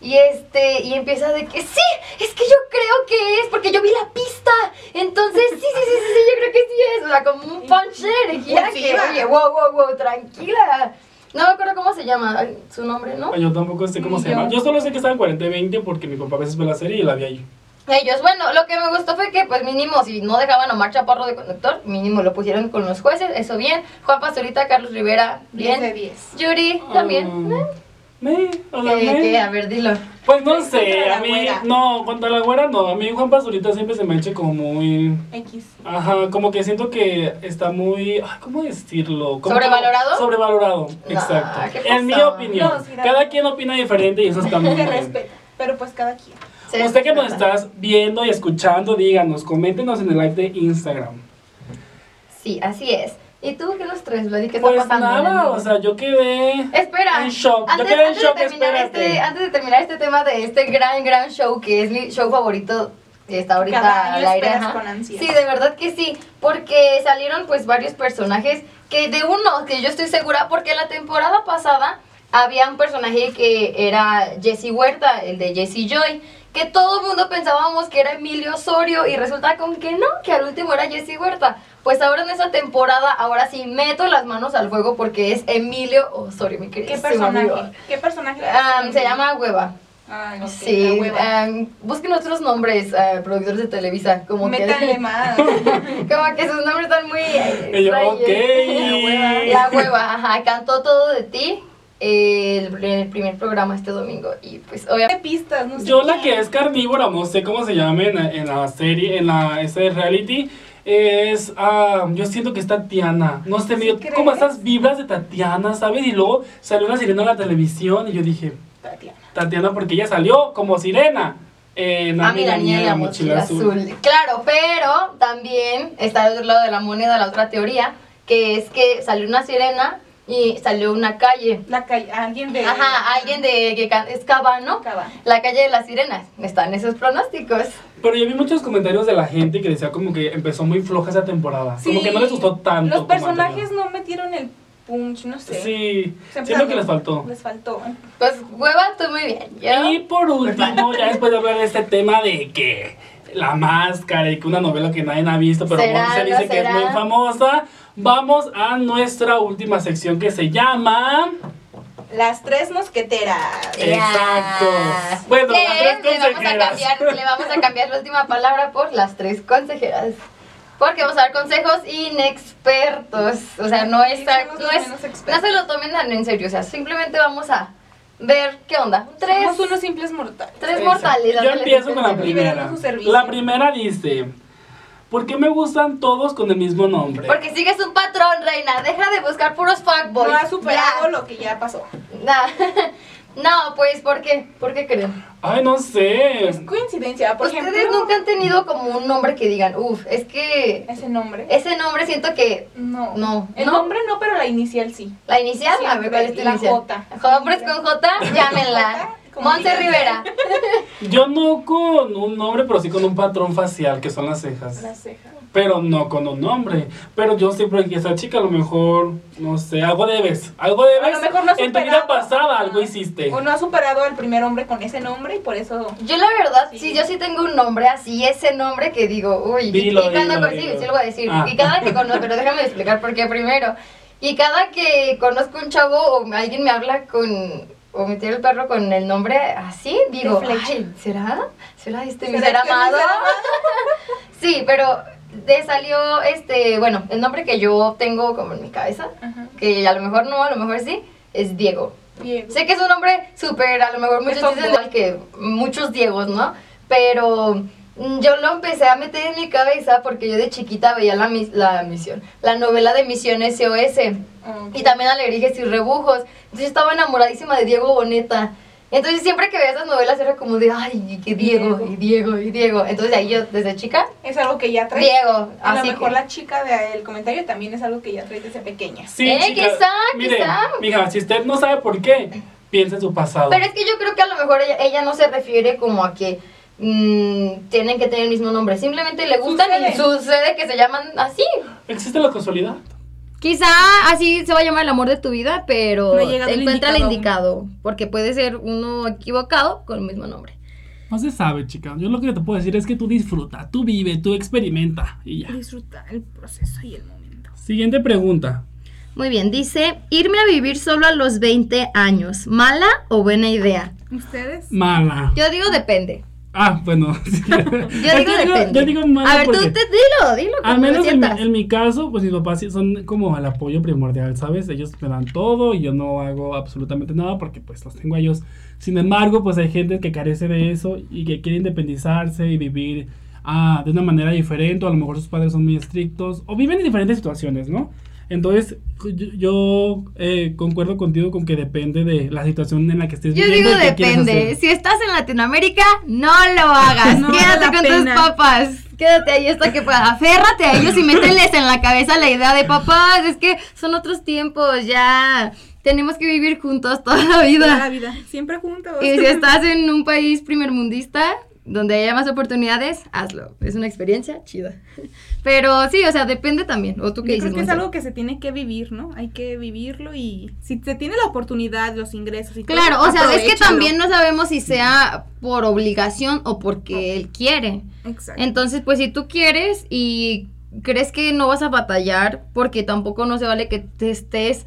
Speaker 2: y este, y empieza de que sí, es que yo creo que es, porque yo vi la pista, entonces sí, sí, sí, sí, sí, yo creo que sí es, o sea, como un punch de energía que,
Speaker 4: Impulsiva.
Speaker 2: oye, wow, wow, wow, tranquila. No me acuerdo cómo se llama, ay, su nombre, ¿no?
Speaker 3: Yo tampoco sé cómo
Speaker 4: Ni
Speaker 3: se llama.
Speaker 4: yo.
Speaker 3: Yo solo sé que estaba en 40 y 20 porque mi papá a veces ve la serie y la vi ahí.
Speaker 2: Ellos, bueno, lo que me gustó fue que, pues, mínimo, si no dejaban a Omar Chaparro de conductor, mínimo lo pusieron con los jueces, eso bien. Juan Pastorita, Carlos Rivera,
Speaker 4: 10 de
Speaker 2: bien.
Speaker 4: 10.
Speaker 2: Yuri, también.
Speaker 3: Ah, me, o sea,
Speaker 2: Eh,
Speaker 3: me.
Speaker 2: que, a ver, dilo.
Speaker 3: Pues no
Speaker 4: Contra
Speaker 3: sé,
Speaker 4: la
Speaker 3: a mí.
Speaker 4: güera.
Speaker 3: No, contra la güera no. A mí Juan Pazurita siempre se me eche como muy.
Speaker 4: X.
Speaker 3: Ajá, como que siento que está muy. ay, ¿Cómo decirlo? Como
Speaker 2: ¿Sobrevalorado?
Speaker 3: que- sobrevalorado,
Speaker 2: Nah,
Speaker 3: exacto.
Speaker 2: ¿qué
Speaker 3: En mi
Speaker 2: pasó?
Speaker 3: opinión.
Speaker 4: No, sí, la-
Speaker 3: Cada quien opina diferente y eso está muy
Speaker 4: Se
Speaker 3: bien.
Speaker 4: respeta, pero pues cada quien.
Speaker 2: Se
Speaker 3: Usted que nos
Speaker 2: respeta.
Speaker 3: estás viendo y escuchando, díganos, coméntenos en el live de Instagram.
Speaker 2: Sí, así es. ¿Y tú qué nos traes, Vladi? ¿Qué está
Speaker 3: Pues
Speaker 2: pasando? en el
Speaker 3: nada,
Speaker 2: mundo?
Speaker 3: o sea, yo quedé.
Speaker 2: Espera,
Speaker 3: En shock. Yo
Speaker 2: antes,
Speaker 3: quedé en
Speaker 2: antes
Speaker 3: shock,
Speaker 2: de terminar
Speaker 3: espérate.
Speaker 2: este, antes de terminar este tema de este gran, gran show, que es mi show favorito, que está ahorita
Speaker 4: Cada año
Speaker 2: al aire.
Speaker 4: esperas
Speaker 2: ajá.
Speaker 4: con ansia.
Speaker 2: Sí, de verdad que sí, porque salieron pues varios personajes, que de uno, que yo estoy segura, porque la temporada pasada había un personaje que era Jesse Huerta, el de Jesse Joy, que todo el mundo pensábamos que era Emilio Osorio y resulta con que no, que al último era Jesse Huerta. Pues ahora en esa temporada, ahora sí meto las manos al fuego porque es Emilio Osorio, mi
Speaker 4: ¿Qué
Speaker 2: queridísimo
Speaker 4: personaje?
Speaker 2: amigo.
Speaker 4: ¿Qué personaje?
Speaker 2: Am, se llama ah, Hueva.
Speaker 4: Ay, ok,
Speaker 2: Sí,
Speaker 4: la hueva.
Speaker 2: am, busquen otros nombres, eh, productores de Televisa, como
Speaker 4: Métanle
Speaker 2: que...
Speaker 4: más.
Speaker 2: Como que sus nombres están muy. eh,
Speaker 3: Y yo,
Speaker 2: extraños.
Speaker 3: ok.
Speaker 2: La hueva. La hueva, ajá. Cantó todo de ti eh, el, el primer programa este domingo. Y pues, obviamente.
Speaker 4: De pistas, no sé.
Speaker 3: Yo la que
Speaker 4: quién.
Speaker 3: es carnívora, no sé cómo se llama en, en la serie, en la ese reality, es, ah, yo siento que es Tatiana, no sé,
Speaker 4: ¿Sí
Speaker 3: medio,
Speaker 4: crees?
Speaker 3: como esas vibras de Tatiana, ¿sabes? Y luego salió una sirena en la televisión y yo dije,
Speaker 4: Tatiana.
Speaker 3: Tatiana, porque ella salió como sirena. Eh,
Speaker 2: A mi Daniela, la Ah, mochila azul. Claro, pero también está del otro lado de la moneda la otra teoría, que es que salió una sirena y salió una calle.
Speaker 4: La calle, alguien de.
Speaker 2: Ajá, alguien de que ca- es Cabano.
Speaker 4: Cabano.
Speaker 2: La calle de las sirenas. Están esos pronósticos.
Speaker 3: Pero yo vi muchos comentarios de la gente que decía como que empezó muy floja esa temporada, como
Speaker 4: Sí.
Speaker 3: que no les gustó tanto.
Speaker 4: Los
Speaker 3: como
Speaker 4: personajes
Speaker 3: anterior.
Speaker 4: no metieron el punch, no sé.
Speaker 3: Sí,
Speaker 4: Se
Speaker 3: siento que
Speaker 4: empezaron-
Speaker 3: les faltó.
Speaker 4: Les faltó.
Speaker 2: Pues hueva, tú muy bien. Yo-
Speaker 3: Y por último, ya después de hablar de este tema de que la máscara y que una novela que nadie ha visto, pero
Speaker 2: ¿Será?
Speaker 3: se
Speaker 2: ¿No
Speaker 3: dice que es
Speaker 2: será?
Speaker 3: muy famosa, vamos a nuestra última sección que se llama...
Speaker 4: Las tres mosqueteras.
Speaker 3: Eh, Exacto. Bueno,
Speaker 2: Que
Speaker 3: las tres
Speaker 2: le vamos, a
Speaker 3: consejeras.
Speaker 2: cambiar, le vamos a cambiar la última palabra por las tres consejeras. Porque vamos a dar consejos inexpertos. O sea, no,
Speaker 4: Aquí
Speaker 2: está,
Speaker 4: somos
Speaker 2: no,
Speaker 4: los
Speaker 2: es,
Speaker 4: menos
Speaker 2: no
Speaker 4: expertos.
Speaker 2: se lo tomen tan en serio. O sea, simplemente vamos a ver qué onda. Tres,
Speaker 4: Somos unos simples mortales.
Speaker 2: tres mortales.
Speaker 3: Yo
Speaker 2: dándole
Speaker 3: empiezo con la
Speaker 2: asistencia.
Speaker 4: Liberando
Speaker 3: primera.
Speaker 4: su servicio.
Speaker 3: La primera dice, ¿por qué me gustan todos con el mismo nombre?
Speaker 2: Porque sigues un patrón, reina. Deja de buscar puros
Speaker 4: No
Speaker 2: fuckboys.
Speaker 4: ha superado
Speaker 2: Ya.
Speaker 4: lo que ya pasó.
Speaker 2: Nah. No, pues, ¿por qué? ¿Por qué creen?
Speaker 3: Ay, no sé.
Speaker 4: Es coincidencia, por
Speaker 2: Ustedes
Speaker 4: ejemplo.
Speaker 2: nunca han tenido como un nombre que digan, uff, es que
Speaker 4: Ese nombre.
Speaker 2: ese nombre siento que
Speaker 4: No.
Speaker 2: Eh, No.
Speaker 4: El
Speaker 2: ¿No?
Speaker 4: nombre no, pero la inicial sí.
Speaker 2: la inicial, a ver cuál es tu
Speaker 4: La
Speaker 2: inicial.
Speaker 4: J.
Speaker 2: Hombres con J, llámenla.
Speaker 4: J, como
Speaker 2: Monse
Speaker 4: digan.
Speaker 2: Rivera.
Speaker 3: Yo no con un nombre, pero sí con un patrón facial, que son las cejas.
Speaker 4: La ceja.
Speaker 3: Pero no con un nombre. Pero yo siempre que esa chica, a lo mejor, no sé, algo debes. Algo debes.
Speaker 4: A lo mejor no has
Speaker 3: en tu vida
Speaker 4: superado.
Speaker 3: pasada algo hiciste.
Speaker 4: O no ha superado al primer hombre con ese nombre y por eso.
Speaker 2: Yo la verdad, sí.
Speaker 4: Sí.
Speaker 2: yo sí tengo un nombre así, ese nombre que digo, uy,
Speaker 3: Dilo,
Speaker 2: y, y cuando
Speaker 3: dilo,
Speaker 2: sí,
Speaker 3: dilo.
Speaker 2: sí lo voy a decir.
Speaker 3: Ah.
Speaker 2: Y cada que conozco, pero déjame explicar por qué primero. Y cada que conozco un chavo o alguien me habla con, o me tira el perro con el nombre así, digo,
Speaker 4: De flecha.
Speaker 2: ay, ¿será? ¿Será este mi
Speaker 4: ¿Será
Speaker 2: ser
Speaker 4: este mi
Speaker 2: amado?
Speaker 4: ser
Speaker 2: sí, pero de salió, este, bueno, el nombre que yo tengo como en mi cabeza,
Speaker 4: Ajá.
Speaker 2: que Eh, a lo mejor no, a lo mejor sí, es Diego.
Speaker 4: Diego.
Speaker 2: Sé que es un hombre súper, a lo mejor muchos
Speaker 4: Fuckboy.
Speaker 2: dicen igual que muchos Diegos, ¿no? Pero mm, yo lo empecé a meter en mi cabeza porque yo de chiquita veía la, mis- la misión, la novela de Misión SOS
Speaker 4: Ok.
Speaker 2: y también Alegrías y Rebujos. Entonces yo estaba enamoradísima de Diego Boneta. Entonces siempre que veía esas novelas era como de, ay, que Diego,
Speaker 4: Diego.
Speaker 2: y Diego, y Diego. Entonces ahí yo desde chica,
Speaker 4: Es algo que ya trae.
Speaker 2: Diego.
Speaker 4: A lo
Speaker 2: así
Speaker 4: mejor
Speaker 2: que-
Speaker 4: la chica del comentario también es algo que ya trae desde pequeña.
Speaker 3: Sí,
Speaker 2: Eh,
Speaker 3: chica,
Speaker 2: quizá,
Speaker 3: mire,
Speaker 2: quizá.
Speaker 3: mija, si usted no sabe por qué, piensa en su pasado.
Speaker 2: Pero es que yo creo que a lo mejor ella, ella no se refiere como a que mm, tienen que tener el mismo nombre. Simplemente le gustan y
Speaker 4: Sucede.
Speaker 2: sucede que se llaman así.
Speaker 3: ¿Existe la casualidad?
Speaker 2: Quizá así se va a llamar el amor de tu vida, pero
Speaker 4: No ha llegado el
Speaker 2: encuentra el
Speaker 4: indicado
Speaker 2: indicado. Porque puede ser uno equivocado con el mismo nombre.
Speaker 3: No se sabe, chica. Yo lo que te puedo decir es que tú disfruta, tú vive, tú experimenta y ya.
Speaker 4: Disfrutar el proceso y el momento.
Speaker 3: Siguiente pregunta.
Speaker 2: Muy bien, dice, irme a vivir solo a los 20 años, ¿mala o buena idea?
Speaker 4: ¿Ustedes?
Speaker 3: Mala.
Speaker 2: Yo digo depende.
Speaker 3: Ah, bueno. yo,
Speaker 2: Yo digo depende.
Speaker 3: yo digo mala
Speaker 2: A ver, tú
Speaker 3: porque-
Speaker 2: te- dilo, dilo. como te
Speaker 3: Al menos en mi,
Speaker 2: sientas.
Speaker 3: en mi caso, pues mis papás sí son como el apoyo primordial, ¿sabes? Ellos me dan todo y yo no hago absolutamente nada porque pues los tengo a ellos. Sin embargo, pues hay gente que carece de eso y que quiere independizarse y vivir ah, de una manera diferente. o A lo mejor sus padres son muy estrictos o viven en diferentes situaciones, ¿no? Entonces, yo, yo, eh, concuerdo contigo con que depende de la situación en la que estés
Speaker 2: Yo
Speaker 3: viviendo.
Speaker 2: digo
Speaker 3: y qué quieres
Speaker 2: depende.
Speaker 3: hacer.
Speaker 2: Si estás en Latinoamérica, no lo hagas.
Speaker 4: No vale
Speaker 2: Quédate
Speaker 4: la
Speaker 2: con
Speaker 4: pena.
Speaker 2: tus papás. Quédate ahí hasta que puedas. Aférrate a ellos y mételes en la cabeza la idea de papás. Es que son otros tiempos, ya. Tenemos que vivir juntos toda la vida.
Speaker 4: vida. Siempre juntos.
Speaker 2: Y si estás en un país primermundista, donde haya más oportunidades, hazlo. Es una experiencia chida. Pero sí, o sea, depende también. O tú qué
Speaker 5: Yo
Speaker 2: dices.
Speaker 5: creo que es
Speaker 2: Monse?
Speaker 5: algo que se tiene que vivir, ¿no? Hay que vivirlo y si se tiene la oportunidad, los ingresos y todo,
Speaker 2: Claro, o sea, es que
Speaker 5: aprovéchalo.
Speaker 2: también no sabemos si sea por obligación o porque él quiere.
Speaker 5: Exacto.
Speaker 2: Entonces, pues si tú quieres y crees que no vas a batallar, porque tampoco no se vale que te estés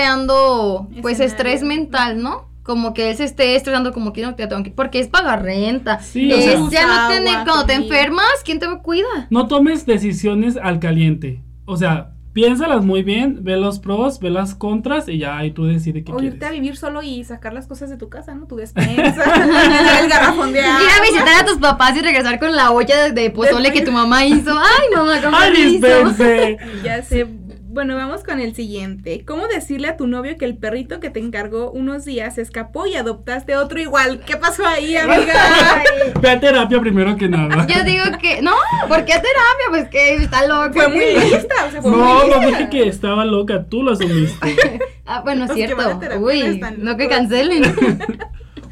Speaker 2: creando pues
Speaker 5: Escenario.
Speaker 2: estrés mental, ¿no? Como que él se esté estresando como que no te tengo que- porque es pagar renta.
Speaker 3: Sí,
Speaker 2: es
Speaker 3: o sea,
Speaker 2: ya no
Speaker 5: Agua,
Speaker 2: tener cuando
Speaker 5: comida.
Speaker 2: te enfermas, ¿quién te cuida?
Speaker 3: No tomes decisiones al caliente. O sea, piénsalas muy bien, ve los pros, ve las contras y ya ahí tú decides qué
Speaker 5: O irte a
Speaker 3: quieres.
Speaker 5: vivir solo y sacar las cosas de tu casa, ¿no? Tu despensa, el garrafón de
Speaker 2: Ir a
Speaker 5: agua.
Speaker 2: visitar a tus papás y regresar con la olla de, de pozole que tu mamá hizo. Ay, mamá, ¿cómo
Speaker 3: ¡Ay,
Speaker 2: lo hizo?
Speaker 3: dispense!
Speaker 5: Ya sé. Bueno, vamos con el siguiente. ¿Cómo decirle a tu novio que el perrito que te encargó unos días se escapó y adoptaste otro igual? ¿Qué pasó ahí, amiga?
Speaker 3: Ve a terapia primero que nada.
Speaker 2: Yo digo que no, porque a terapia, pues que está loco.
Speaker 5: Fue muy lista, o sea, fue
Speaker 3: No,
Speaker 5: muy
Speaker 3: no
Speaker 5: lista.
Speaker 3: dije que estaba loca, tú lo asumiste.
Speaker 2: Ah, bueno,
Speaker 5: Los que
Speaker 2: cierto.
Speaker 5: van a terapia no
Speaker 2: Uy,
Speaker 5: están
Speaker 2: no que
Speaker 5: locos.
Speaker 2: cancelen.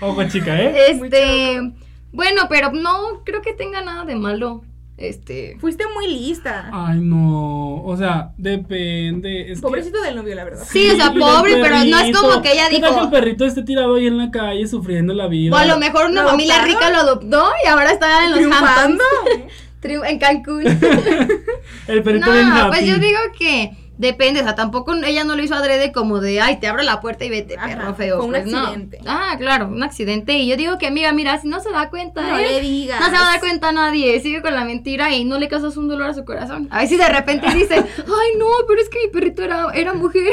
Speaker 3: Ojo, chica, ¿eh?
Speaker 2: Este, bueno, pero no creo que tenga nada de malo. Este,
Speaker 5: Fuiste muy
Speaker 2: Eh.
Speaker 5: lista.
Speaker 3: Ay, no. O sea, depende. Ah, es que-
Speaker 5: Pobrecito del novio, la verdad.
Speaker 2: Sí, o sea,
Speaker 3: del
Speaker 2: pobre, pero no es como
Speaker 3: perrito.
Speaker 2: que ella
Speaker 3: ¿Qué tal
Speaker 2: dijo-
Speaker 3: que el perrito esté tirado ahí en la calle sufriendo la vida.
Speaker 2: o a lo mejor una
Speaker 5: ¿Lo
Speaker 2: familia
Speaker 5: adoptaron?
Speaker 2: rica lo adoptó y ahora está en los Hamptons,
Speaker 5: Triunfando.
Speaker 2: triun- en Cancún.
Speaker 3: El perrito bien
Speaker 2: no,
Speaker 3: happy.
Speaker 2: pues yo digo que Depende, o sea, tampoco ella no lo hizo adrede como de, ay, te abro la puerta y vete,
Speaker 5: Ajá,
Speaker 2: perro feo.
Speaker 5: fue un
Speaker 2: pues, no.
Speaker 5: accidente.
Speaker 2: Ah, claro, un accidente. Y yo digo que, amiga, mira, si no se da cuenta,
Speaker 5: No
Speaker 2: él,
Speaker 5: le digas.
Speaker 2: no se va a dar cuenta a nadie. Sigue con la mentira y no le causas un dolor a su corazón. A ver si de repente dice, ay, no, pero es que mi perrito era, era mujer.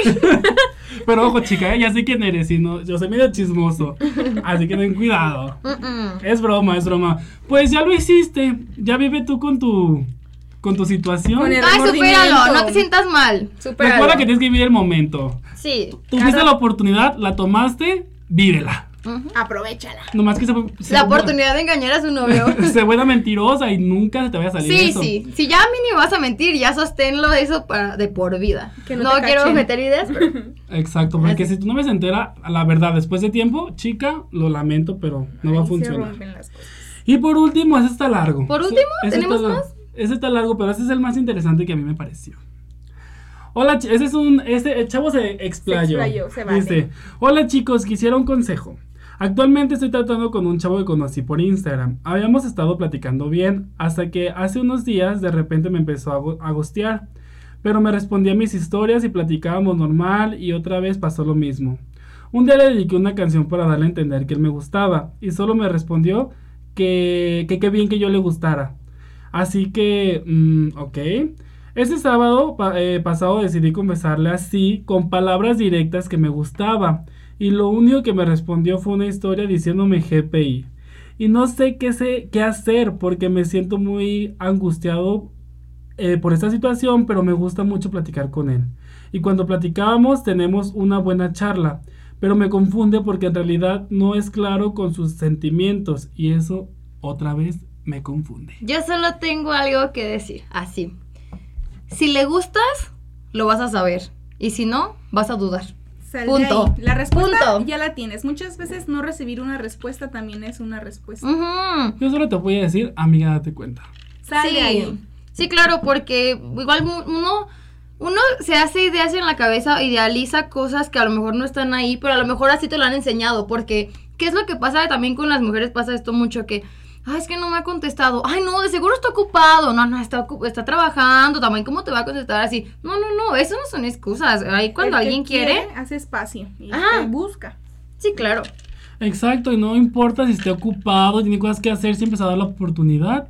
Speaker 3: Pero ojo, chica, ¿eh? ya sé quién eres, y no, yo soy medio chismoso. Así que ten cuidado.
Speaker 2: Mm, mm.
Speaker 3: Es broma, es broma. Pues ya lo hiciste. Ya vive tú con tu con tu situación.
Speaker 5: Con el-
Speaker 2: Ay, supéralo,
Speaker 5: remordimiento.
Speaker 2: no te sientas mal. Supéralo.
Speaker 3: Recuerda que tienes que vivir el momento.
Speaker 2: Sí.
Speaker 3: Tuviste la oportunidad, la tomaste, vívela.
Speaker 2: Ujú.
Speaker 5: Aprovechala.
Speaker 3: Nomás que se, se-
Speaker 2: La oportunidad de engañar a su novio.
Speaker 3: Se vuelva mentirosa y nunca se te vaya a salir
Speaker 2: Sí,
Speaker 3: eso.
Speaker 2: sí. Si ya a mí ni vas a mentir, ya sosténlo de eso para, de por vida.
Speaker 5: Que no
Speaker 2: no
Speaker 5: te
Speaker 2: quiero
Speaker 5: cachen.
Speaker 2: meter ideas, pero
Speaker 3: Exacto, porque si tú no me se entera, la verdad, después de tiempo, chica, lo lamento, pero no va a
Speaker 5: Ahí se
Speaker 3: funcionar.
Speaker 5: rompen las cosas.
Speaker 3: Y por último, ese está largo.
Speaker 2: ¿Por
Speaker 3: Ese-
Speaker 2: último?
Speaker 3: ese
Speaker 2: ¿Tenemos
Speaker 3: está-
Speaker 2: más?
Speaker 3: Ese está largo, pero ese es el más interesante que a mí me pareció. Hola, chi- ese es un. Este el chavo se explayó.
Speaker 5: explayó, se vale.
Speaker 3: Dice: Hola chicos, quisiera un consejo. Actualmente estoy tratando con un chavo que conocí por Instagram. Habíamos estado platicando bien, hasta que hace unos días de repente me empezó a, go- a gostear. Pero me respondía a mis historias y platicábamos normal, y otra vez pasó lo mismo. Un día le dediqué una canción para darle a entender que él me gustaba y solo me respondió que que qué bien que yo le gustara. Así que, mm, ok. Ese sábado pa- eh, pasado decidí confesarle así, con palabras directas que me gustaba. Y lo único que me respondió fue una historia diciéndome GPI. Y no sé qué, sé, qué hacer porque me siento muy angustiado eh, por esta situación, pero me gusta mucho platicar con él. Y cuando platicábamos tenemos una buena charla, pero me confunde porque en realidad no es claro con sus sentimientos y eso otra vez me confunde.
Speaker 2: yo solo tengo algo que decir. Así. Si le gustas, lo vas a saber. Y si no, vas a dudar.
Speaker 5: Sal de
Speaker 2: Punto.
Speaker 5: ahí. La respuesta
Speaker 2: Punto.
Speaker 5: ya la tienes. Muchas veces no recibir una respuesta también es una respuesta.
Speaker 2: Ujú.
Speaker 3: Yo solo te voy a decir, amiga, date cuenta.
Speaker 5: Sal de
Speaker 2: Sí.
Speaker 5: ahí.
Speaker 2: Sí, claro, porque igual mu- uno, uno se hace ideas en la cabeza, idealiza cosas que a lo mejor no están ahí, pero a lo mejor así te lo han enseñado, porque ¿qué es lo que pasa también con las mujeres? Pasa esto mucho que, ay, es que no me ha contestado, ay, no, de seguro está ocupado, no, no, está, ocu- está trabajando, también, ¿cómo te va a contestar así? No, no, no, eso no son excusas, ahí cuando
Speaker 5: El que
Speaker 2: alguien quiere,
Speaker 5: hace espacio y
Speaker 2: Ajá.
Speaker 5: te busca.
Speaker 2: sí, claro.
Speaker 3: Exacto, y no importa si esté ocupado, tiene cosas que hacer, siempre se va a dar la oportunidad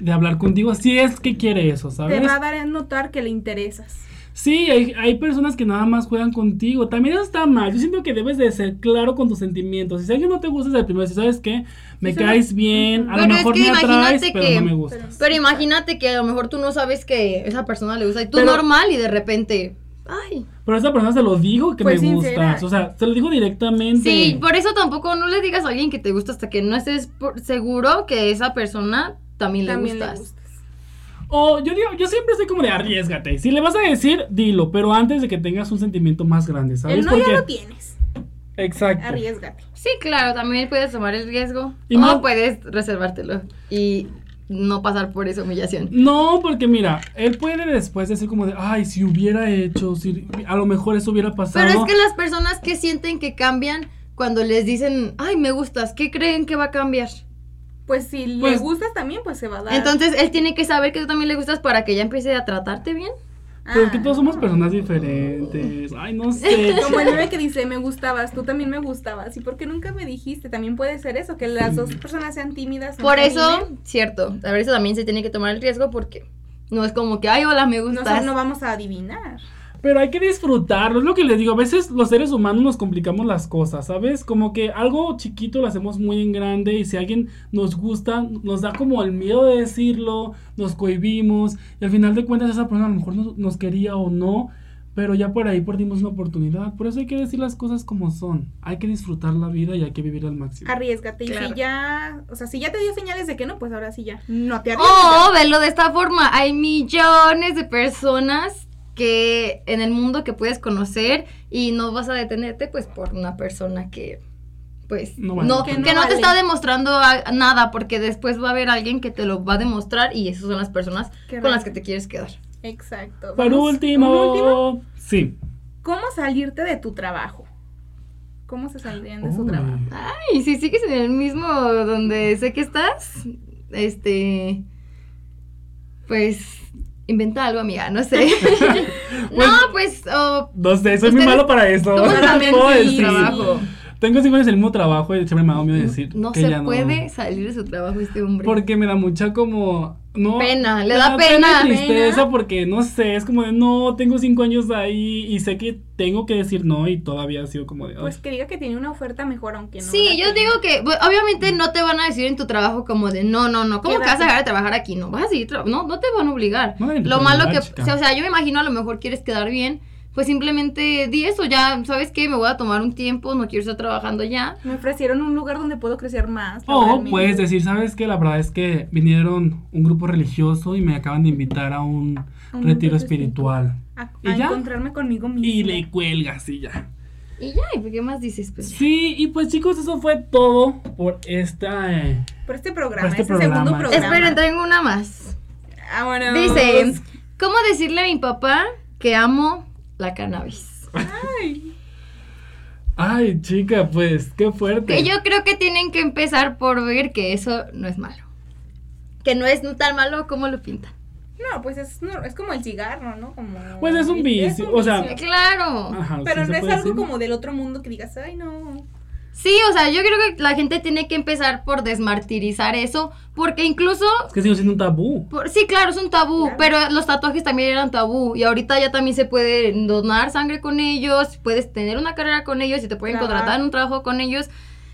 Speaker 3: de hablar contigo si es que quiere eso, ¿sabes?
Speaker 5: Te va a dar a notar que le interesas.
Speaker 3: Sí, hay, hay personas que nada más juegan contigo. También eso está mal. Yo siento que debes de ser claro con tus sentimientos. Si alguien no te gusta desde el primero, si sabes qué, me
Speaker 5: Sí,
Speaker 3: caes bien, a
Speaker 2: Pero
Speaker 3: lo
Speaker 2: es
Speaker 3: mejor
Speaker 2: que
Speaker 3: me atraes,
Speaker 2: imagínate
Speaker 3: pero
Speaker 2: que-
Speaker 3: no me gustas.
Speaker 2: Pero imagínate que a lo mejor tú no sabes que esa persona le gusta y tú
Speaker 3: Pero-
Speaker 2: normal y de repente, ay.
Speaker 3: Pero esa persona se lo dijo que
Speaker 5: Fue
Speaker 3: me
Speaker 5: sincera.
Speaker 3: gustas. O sea, se lo dijo directamente.
Speaker 2: Sí, por eso tampoco no le digas a alguien que te gusta hasta que no estés por- seguro que esa persona también,
Speaker 5: También
Speaker 2: le
Speaker 5: le
Speaker 2: gustas.
Speaker 5: gustas.
Speaker 3: O yo digo, yo siempre soy como de arriesgate. Si le vas a decir, dilo, pero antes de que tengas un sentimiento más grande, ¿sabes?
Speaker 5: El no
Speaker 3: por
Speaker 5: ya
Speaker 3: qué?
Speaker 5: lo tienes.
Speaker 3: Exacto.
Speaker 5: Arriesgate.
Speaker 2: Sí, claro, también puedes tomar el riesgo.
Speaker 3: Y
Speaker 2: o
Speaker 3: más-
Speaker 2: puedes reservártelo y no pasar por esa humillación.
Speaker 3: No, porque mira, él puede después decir como de, ay, si hubiera hecho, si a lo mejor eso hubiera pasado.
Speaker 2: Pero es que las personas que sienten que cambian cuando les dicen, ay, me gustas, ¿qué creen que va a cambiar?
Speaker 5: Pues si le
Speaker 3: Pues-
Speaker 5: gustas también, pues se va a dar.
Speaker 2: Entonces él tiene que saber que tú también le gustas para que ya empiece a tratarte bien.
Speaker 3: Pero
Speaker 5: Ah.
Speaker 3: que todos somos personas diferentes. Ay, no sé.
Speaker 5: Como el meme que dice, me gustabas, tú también me gustabas. ¿Y por qué nunca me dijiste? También puede ser eso, que las dos personas sean tímidas. no
Speaker 2: Por
Speaker 5: se
Speaker 2: eso,
Speaker 5: animen.
Speaker 2: cierto, a ver, eso también se tiene que tomar el riesgo porque no es como que, ay, hola, me gustas.
Speaker 5: Nosotros no vamos a adivinar.
Speaker 3: Pero hay que disfrutarlo, es lo que les digo. A veces los seres humanos nos complicamos las cosas, ¿sabes? Como que algo chiquito lo hacemos muy en grande y si alguien nos gusta, nos da como el miedo de decirlo, nos cohibimos y al final de cuentas esa persona a lo mejor nos, nos quería o no, pero ya por ahí perdimos una oportunidad. Por eso hay que decir las cosas como son. Hay que disfrutar la vida y hay que vivir al máximo.
Speaker 5: Arriesgate. Y
Speaker 2: Claro.
Speaker 5: si ya, o sea, si ya te dio señales de que no, pues ahora sí ya. No te arriesgues.
Speaker 2: Oh, velo de esta forma. Hay millones de personas que en el mundo que puedes conocer y no vas a detenerte pues por una persona que pues
Speaker 3: No
Speaker 2: no,
Speaker 3: vale.
Speaker 2: que,
Speaker 5: Que no
Speaker 2: no
Speaker 5: vale.
Speaker 2: te está demostrando a- nada porque después va a haber alguien que te lo va a demostrar y esas son las personas
Speaker 5: Qué
Speaker 2: con las
Speaker 5: raro.
Speaker 2: que te quieres quedar.
Speaker 5: Exacto.
Speaker 3: Por
Speaker 5: Vamos, ¿un último?
Speaker 3: último, sí.
Speaker 5: ¿Cómo salirte de tu trabajo? ¿Cómo se saldrían de su
Speaker 3: Uy.
Speaker 5: trabajo?
Speaker 2: Ay, si sigues en el mismo donde sé que estás, este pues Inventa algo, amiga, no sé.
Speaker 3: Pues-
Speaker 2: no, pues. oh,
Speaker 3: No sé, soy muy
Speaker 2: Ustedes-
Speaker 3: malo para eso.
Speaker 2: ¿Cómo
Speaker 3: no
Speaker 2: saben
Speaker 3: puedo
Speaker 2: si
Speaker 3: decir.
Speaker 2: trabajo?
Speaker 3: Tengo cinco años en el mismo trabajo y siempre me da miedo decir
Speaker 2: no
Speaker 3: que
Speaker 2: se
Speaker 3: ya no.
Speaker 2: puede salir de su trabajo este hombre.
Speaker 3: Porque me da mucha como. No,
Speaker 2: Pena, le
Speaker 3: me
Speaker 2: da pena.
Speaker 5: pena.
Speaker 3: tristeza porque no sé, es como de no, tengo cinco años ahí y sé que tengo que decir no y todavía ha sido como de. ay,
Speaker 5: Pues que diga que tiene una oferta mejor, aunque no.
Speaker 2: Sí,
Speaker 5: la tenga.
Speaker 2: yo digo que bu- obviamente no te van a decir en tu trabajo como de no, no, no, ¿cómo que vas a
Speaker 5: Quédate.
Speaker 2: dejar de trabajar aquí? No, vas a seguir trabajando, no, no te van a obligar.
Speaker 3: No deben de
Speaker 2: Lo malo que,
Speaker 3: obligar,
Speaker 2: o sea,
Speaker 3: chica.
Speaker 2: o sea, yo me imagino a lo mejor quieres quedar bien, pues simplemente di eso, ya, ¿sabes qué? Me voy a tomar un tiempo, no quiero estar trabajando ya.
Speaker 5: Me ofrecieron un lugar donde puedo crecer más.
Speaker 3: O
Speaker 5: laboralmente.
Speaker 3: puedes decir, ¿sabes qué? La verdad es que vinieron un grupo religioso y me acaban de invitar a un
Speaker 5: Un
Speaker 3: retiro
Speaker 5: retiro
Speaker 3: espiritual.
Speaker 5: A,
Speaker 3: ¿Y
Speaker 5: a
Speaker 3: ya?
Speaker 5: encontrarme conmigo
Speaker 2: Mm.
Speaker 5: mismo.
Speaker 3: Y le cuelgas y ya.
Speaker 2: Y ya, ¿y qué más dices? Pues ya.
Speaker 3: Sí, y pues chicos, eso fue todo por esta... eh,
Speaker 5: Por este programa,
Speaker 3: Por este
Speaker 5: este, segundo
Speaker 3: programa.
Speaker 5: programa. Ah,
Speaker 2: Esperen, tengo una más.
Speaker 5: Vámonos.
Speaker 2: Dice, ¿cómo decirle a mi papá que amo la cannabis?
Speaker 3: Ay, chica, pues, qué fuerte.
Speaker 2: Que yo creo que tienen que empezar por ver que eso no es malo. Que no es tan malo como lo pintan.
Speaker 5: No, pues es, no, es como el cigarro, ¿no? Como...
Speaker 3: Pues es un vicio, o sea-
Speaker 5: vicio.
Speaker 2: Claro.
Speaker 3: Ajá,
Speaker 5: Pero
Speaker 3: sí se
Speaker 5: no es
Speaker 3: puede
Speaker 5: algo
Speaker 3: decir.
Speaker 5: como del otro mundo que digas, ay, no.
Speaker 2: Sí, o sea, yo creo que la gente tiene que empezar por desmartirizar eso, porque incluso...
Speaker 3: Es que sigue siendo un tabú.
Speaker 2: por- sí, claro, es un tabú,
Speaker 5: Claro.
Speaker 2: pero los tatuajes también eran tabú y ahorita ya también se puede donar sangre con ellos, puedes tener una carrera con ellos y te pueden
Speaker 5: Trabajar.
Speaker 2: contratar en un trabajo con ellos.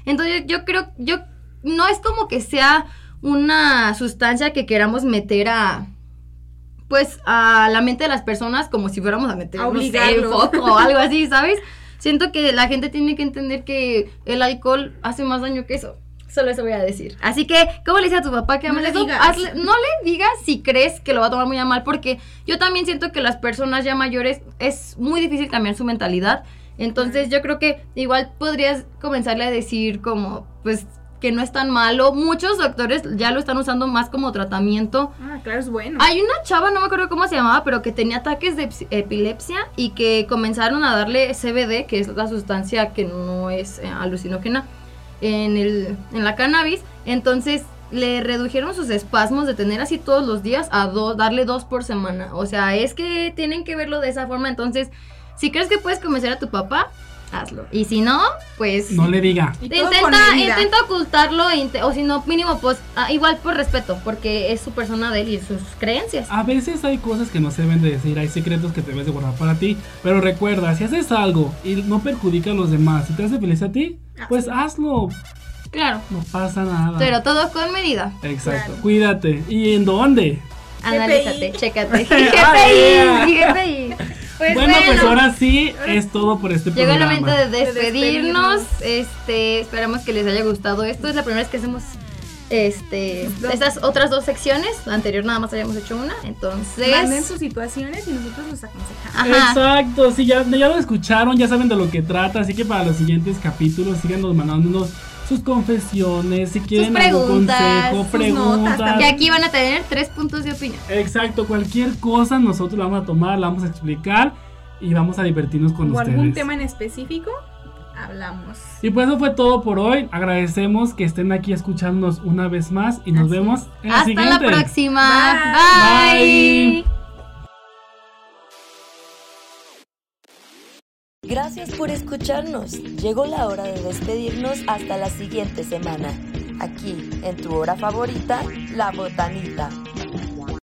Speaker 2: Entonces yo creo, yo no es como que sea una sustancia que queramos meter a pues a la mente de las personas como si fuéramos a meter
Speaker 5: A
Speaker 2: no sé,
Speaker 5: obligarlos.
Speaker 2: foco o algo así, ¿sabes? Siento que la gente tiene que entender que el alcohol hace más daño que eso. Solo eso voy a decir. Así que, ¿cómo le dices a tu papá que
Speaker 5: No
Speaker 2: amas
Speaker 5: le
Speaker 2: eso?
Speaker 5: digas.
Speaker 2: Hazle- no le digas si crees que lo va a tomar muy a mal, porque yo también siento que las personas ya mayores es muy difícil cambiar su mentalidad. Entonces yo creo que igual podrías comenzarle a decir como, pues, que no es tan malo. Muchos doctores ya lo están usando más como tratamiento.
Speaker 5: Ah, claro, es bueno.
Speaker 2: Hay una chava, no me acuerdo cómo se llamaba, pero que tenía ataques de eps- epilepsia y que comenzaron a darle CBD, que es la sustancia que no es eh, alucinógena, en, el, en la cannabis. Entonces le redujeron sus espasmos de tener así todos los días a dos, darle dos por semana. O sea, es que tienen que verlo de esa forma. Entonces, si crees que puedes convencer a tu papá, hazlo. Y si no, pues...
Speaker 3: No le diga.
Speaker 5: Y todo con
Speaker 2: Intenta,
Speaker 5: medida.
Speaker 2: intenta ocultarlo, e inte- o si no, mínimo, pues ah, igual por respeto, porque es su persona de él y sus creencias.
Speaker 3: A veces hay cosas que no se deben de decir, hay secretos que te debes de guardar para ti. Pero recuerda, si haces algo y no perjudica a los demás y te hace feliz a ti, pues hazlo.
Speaker 2: Claro,
Speaker 3: No pasa nada.
Speaker 2: pero todo con medida.
Speaker 3: Exacto.
Speaker 5: Claro.
Speaker 3: Cuídate. ¿Y en dónde?
Speaker 2: Analízate, chécate.
Speaker 3: Ah,
Speaker 2: GPI,
Speaker 3: yeah.
Speaker 2: GPI. Pues
Speaker 3: bueno,
Speaker 2: bueno,
Speaker 3: pues ahora sí es todo por este
Speaker 2: llegó el
Speaker 3: programa.
Speaker 2: momento de
Speaker 5: despedirnos.
Speaker 2: despedirnos. Este, esperamos que les haya gustado esto. Es la primera vez que hacemos este
Speaker 5: Dos.
Speaker 2: estas otras dos secciones. La anterior nada más habíamos hecho una. Entonces.
Speaker 5: Manden sus situaciones y nosotros los
Speaker 3: Ah,
Speaker 5: aconsejamos.
Speaker 2: Ajá.
Speaker 3: Exacto, sí, ya, ya lo escucharon, ya saben de lo que trata, así que para los siguientes capítulos síganos mandándonos sus confesiones, si quieren algún
Speaker 2: preguntas,
Speaker 3: consejo,
Speaker 5: sus
Speaker 3: preguntas.
Speaker 5: notas
Speaker 2: Que aquí van a tener tres puntos de opinión.
Speaker 3: Exacto, cualquier cosa nosotros la vamos a tomar, la vamos a explicar y vamos a divertirnos con
Speaker 5: o
Speaker 3: ustedes.
Speaker 5: algún tema en específico, hablamos.
Speaker 3: Y pues eso fue todo por hoy. Agradecemos que estén aquí escuchándonos una vez más y nos
Speaker 5: Así
Speaker 3: vemos en la
Speaker 2: Hasta
Speaker 3: siguiente.
Speaker 2: la próxima.
Speaker 5: Bye.
Speaker 2: Bye.
Speaker 3: Bye.
Speaker 1: Gracias por escucharnos. Llegó la hora de despedirnos hasta la siguiente semana. Aquí, en tu hora favorita, La Botanita.